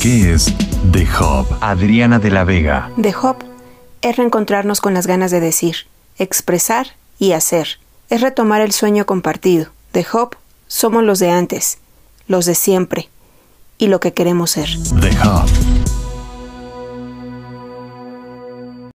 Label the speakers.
Speaker 1: ¿Qué es The Hub? Adriana de la Vega.
Speaker 2: The Hop es reencontrarnos con las ganas de decir, expresar y hacer. Es retomar el sueño compartido. The Hop somos los de antes, los de siempre y lo que queremos ser.
Speaker 1: The Hub.